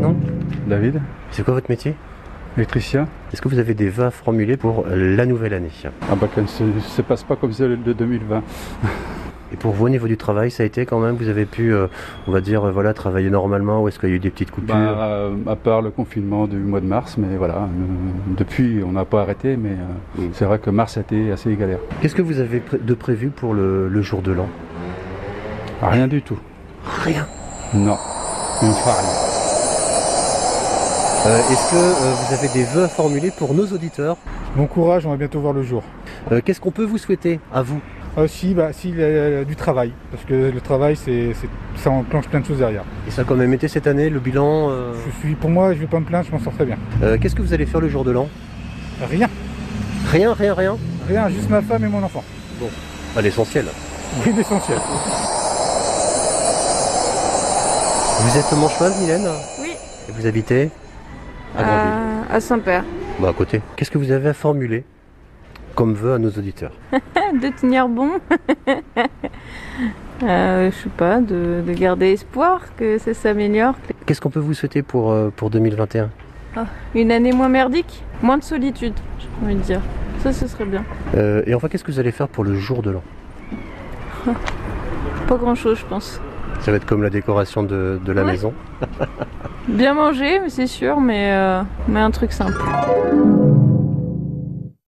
nom David, C'est quoi votre métier électricien. Est-ce que vous avez des vœux formulés pour la nouvelle année Ah bah qu'elle ne se, se passe pas comme celle de 2020. Et pour vous, au niveau du travail, ça a été quand même Vous avez pu, euh, on va dire, euh, voilà, travailler normalement ou est-ce qu'il y a eu des petites coupures Bah, euh, à part le confinement du mois de mars, mais voilà, euh, depuis on n'a pas arrêté, mais euh, Mm. c'est vrai que mars a été assez galère. Qu'est-ce que vous avez pré- de prévu pour le, le jour de l'an Rien du tout. Rien. Non. On ne fera rien. est-ce que euh, vous avez des vœux formulés pour nos auditeurs Bon courage, on va bientôt voir le jour. Euh, Qu'est-ce qu'on peut vous souhaiter à vous Euh, si, bah, si, euh, du travail, parce que le travail, c'est, c'est- ça enclenche plein de choses derrière. Et ça a quand même été cette année, le bilan. euh, Je suis, pour moi, je vais pas me plaindre, je m'en sors très bien. euh, Qu'est-ce que vous allez faire le jour de l'an Rien, Rien, rien, rien. rien, juste ma femme et mon enfant. Pas l'essentiel. Oui, l'essentiel. Vous êtes manchoise, Mylène Oui. Euh, Et vous habitez à Grandville à, à Saint-Père. Bah à côté. Qu'est-ce que vous avez à formuler comme vœu à nos auditeurs De tenir bon. Euh, je sais pas, de, de garder espoir que ça s'améliore. Qu'est-ce qu'on peut vous souhaiter pour, euh, pour 2021 Une année moins merdique, moins de solitude, j'ai envie de dire. Ça, ce serait bien. Euh, Et enfin, qu'est-ce que vous allez faire pour le jour de l'an Pas grand-chose, je pense. Ça va être comme la décoration de, de la Ouais. maison. Bien manger, mais c'est sûr, mais, euh, mais un truc simple.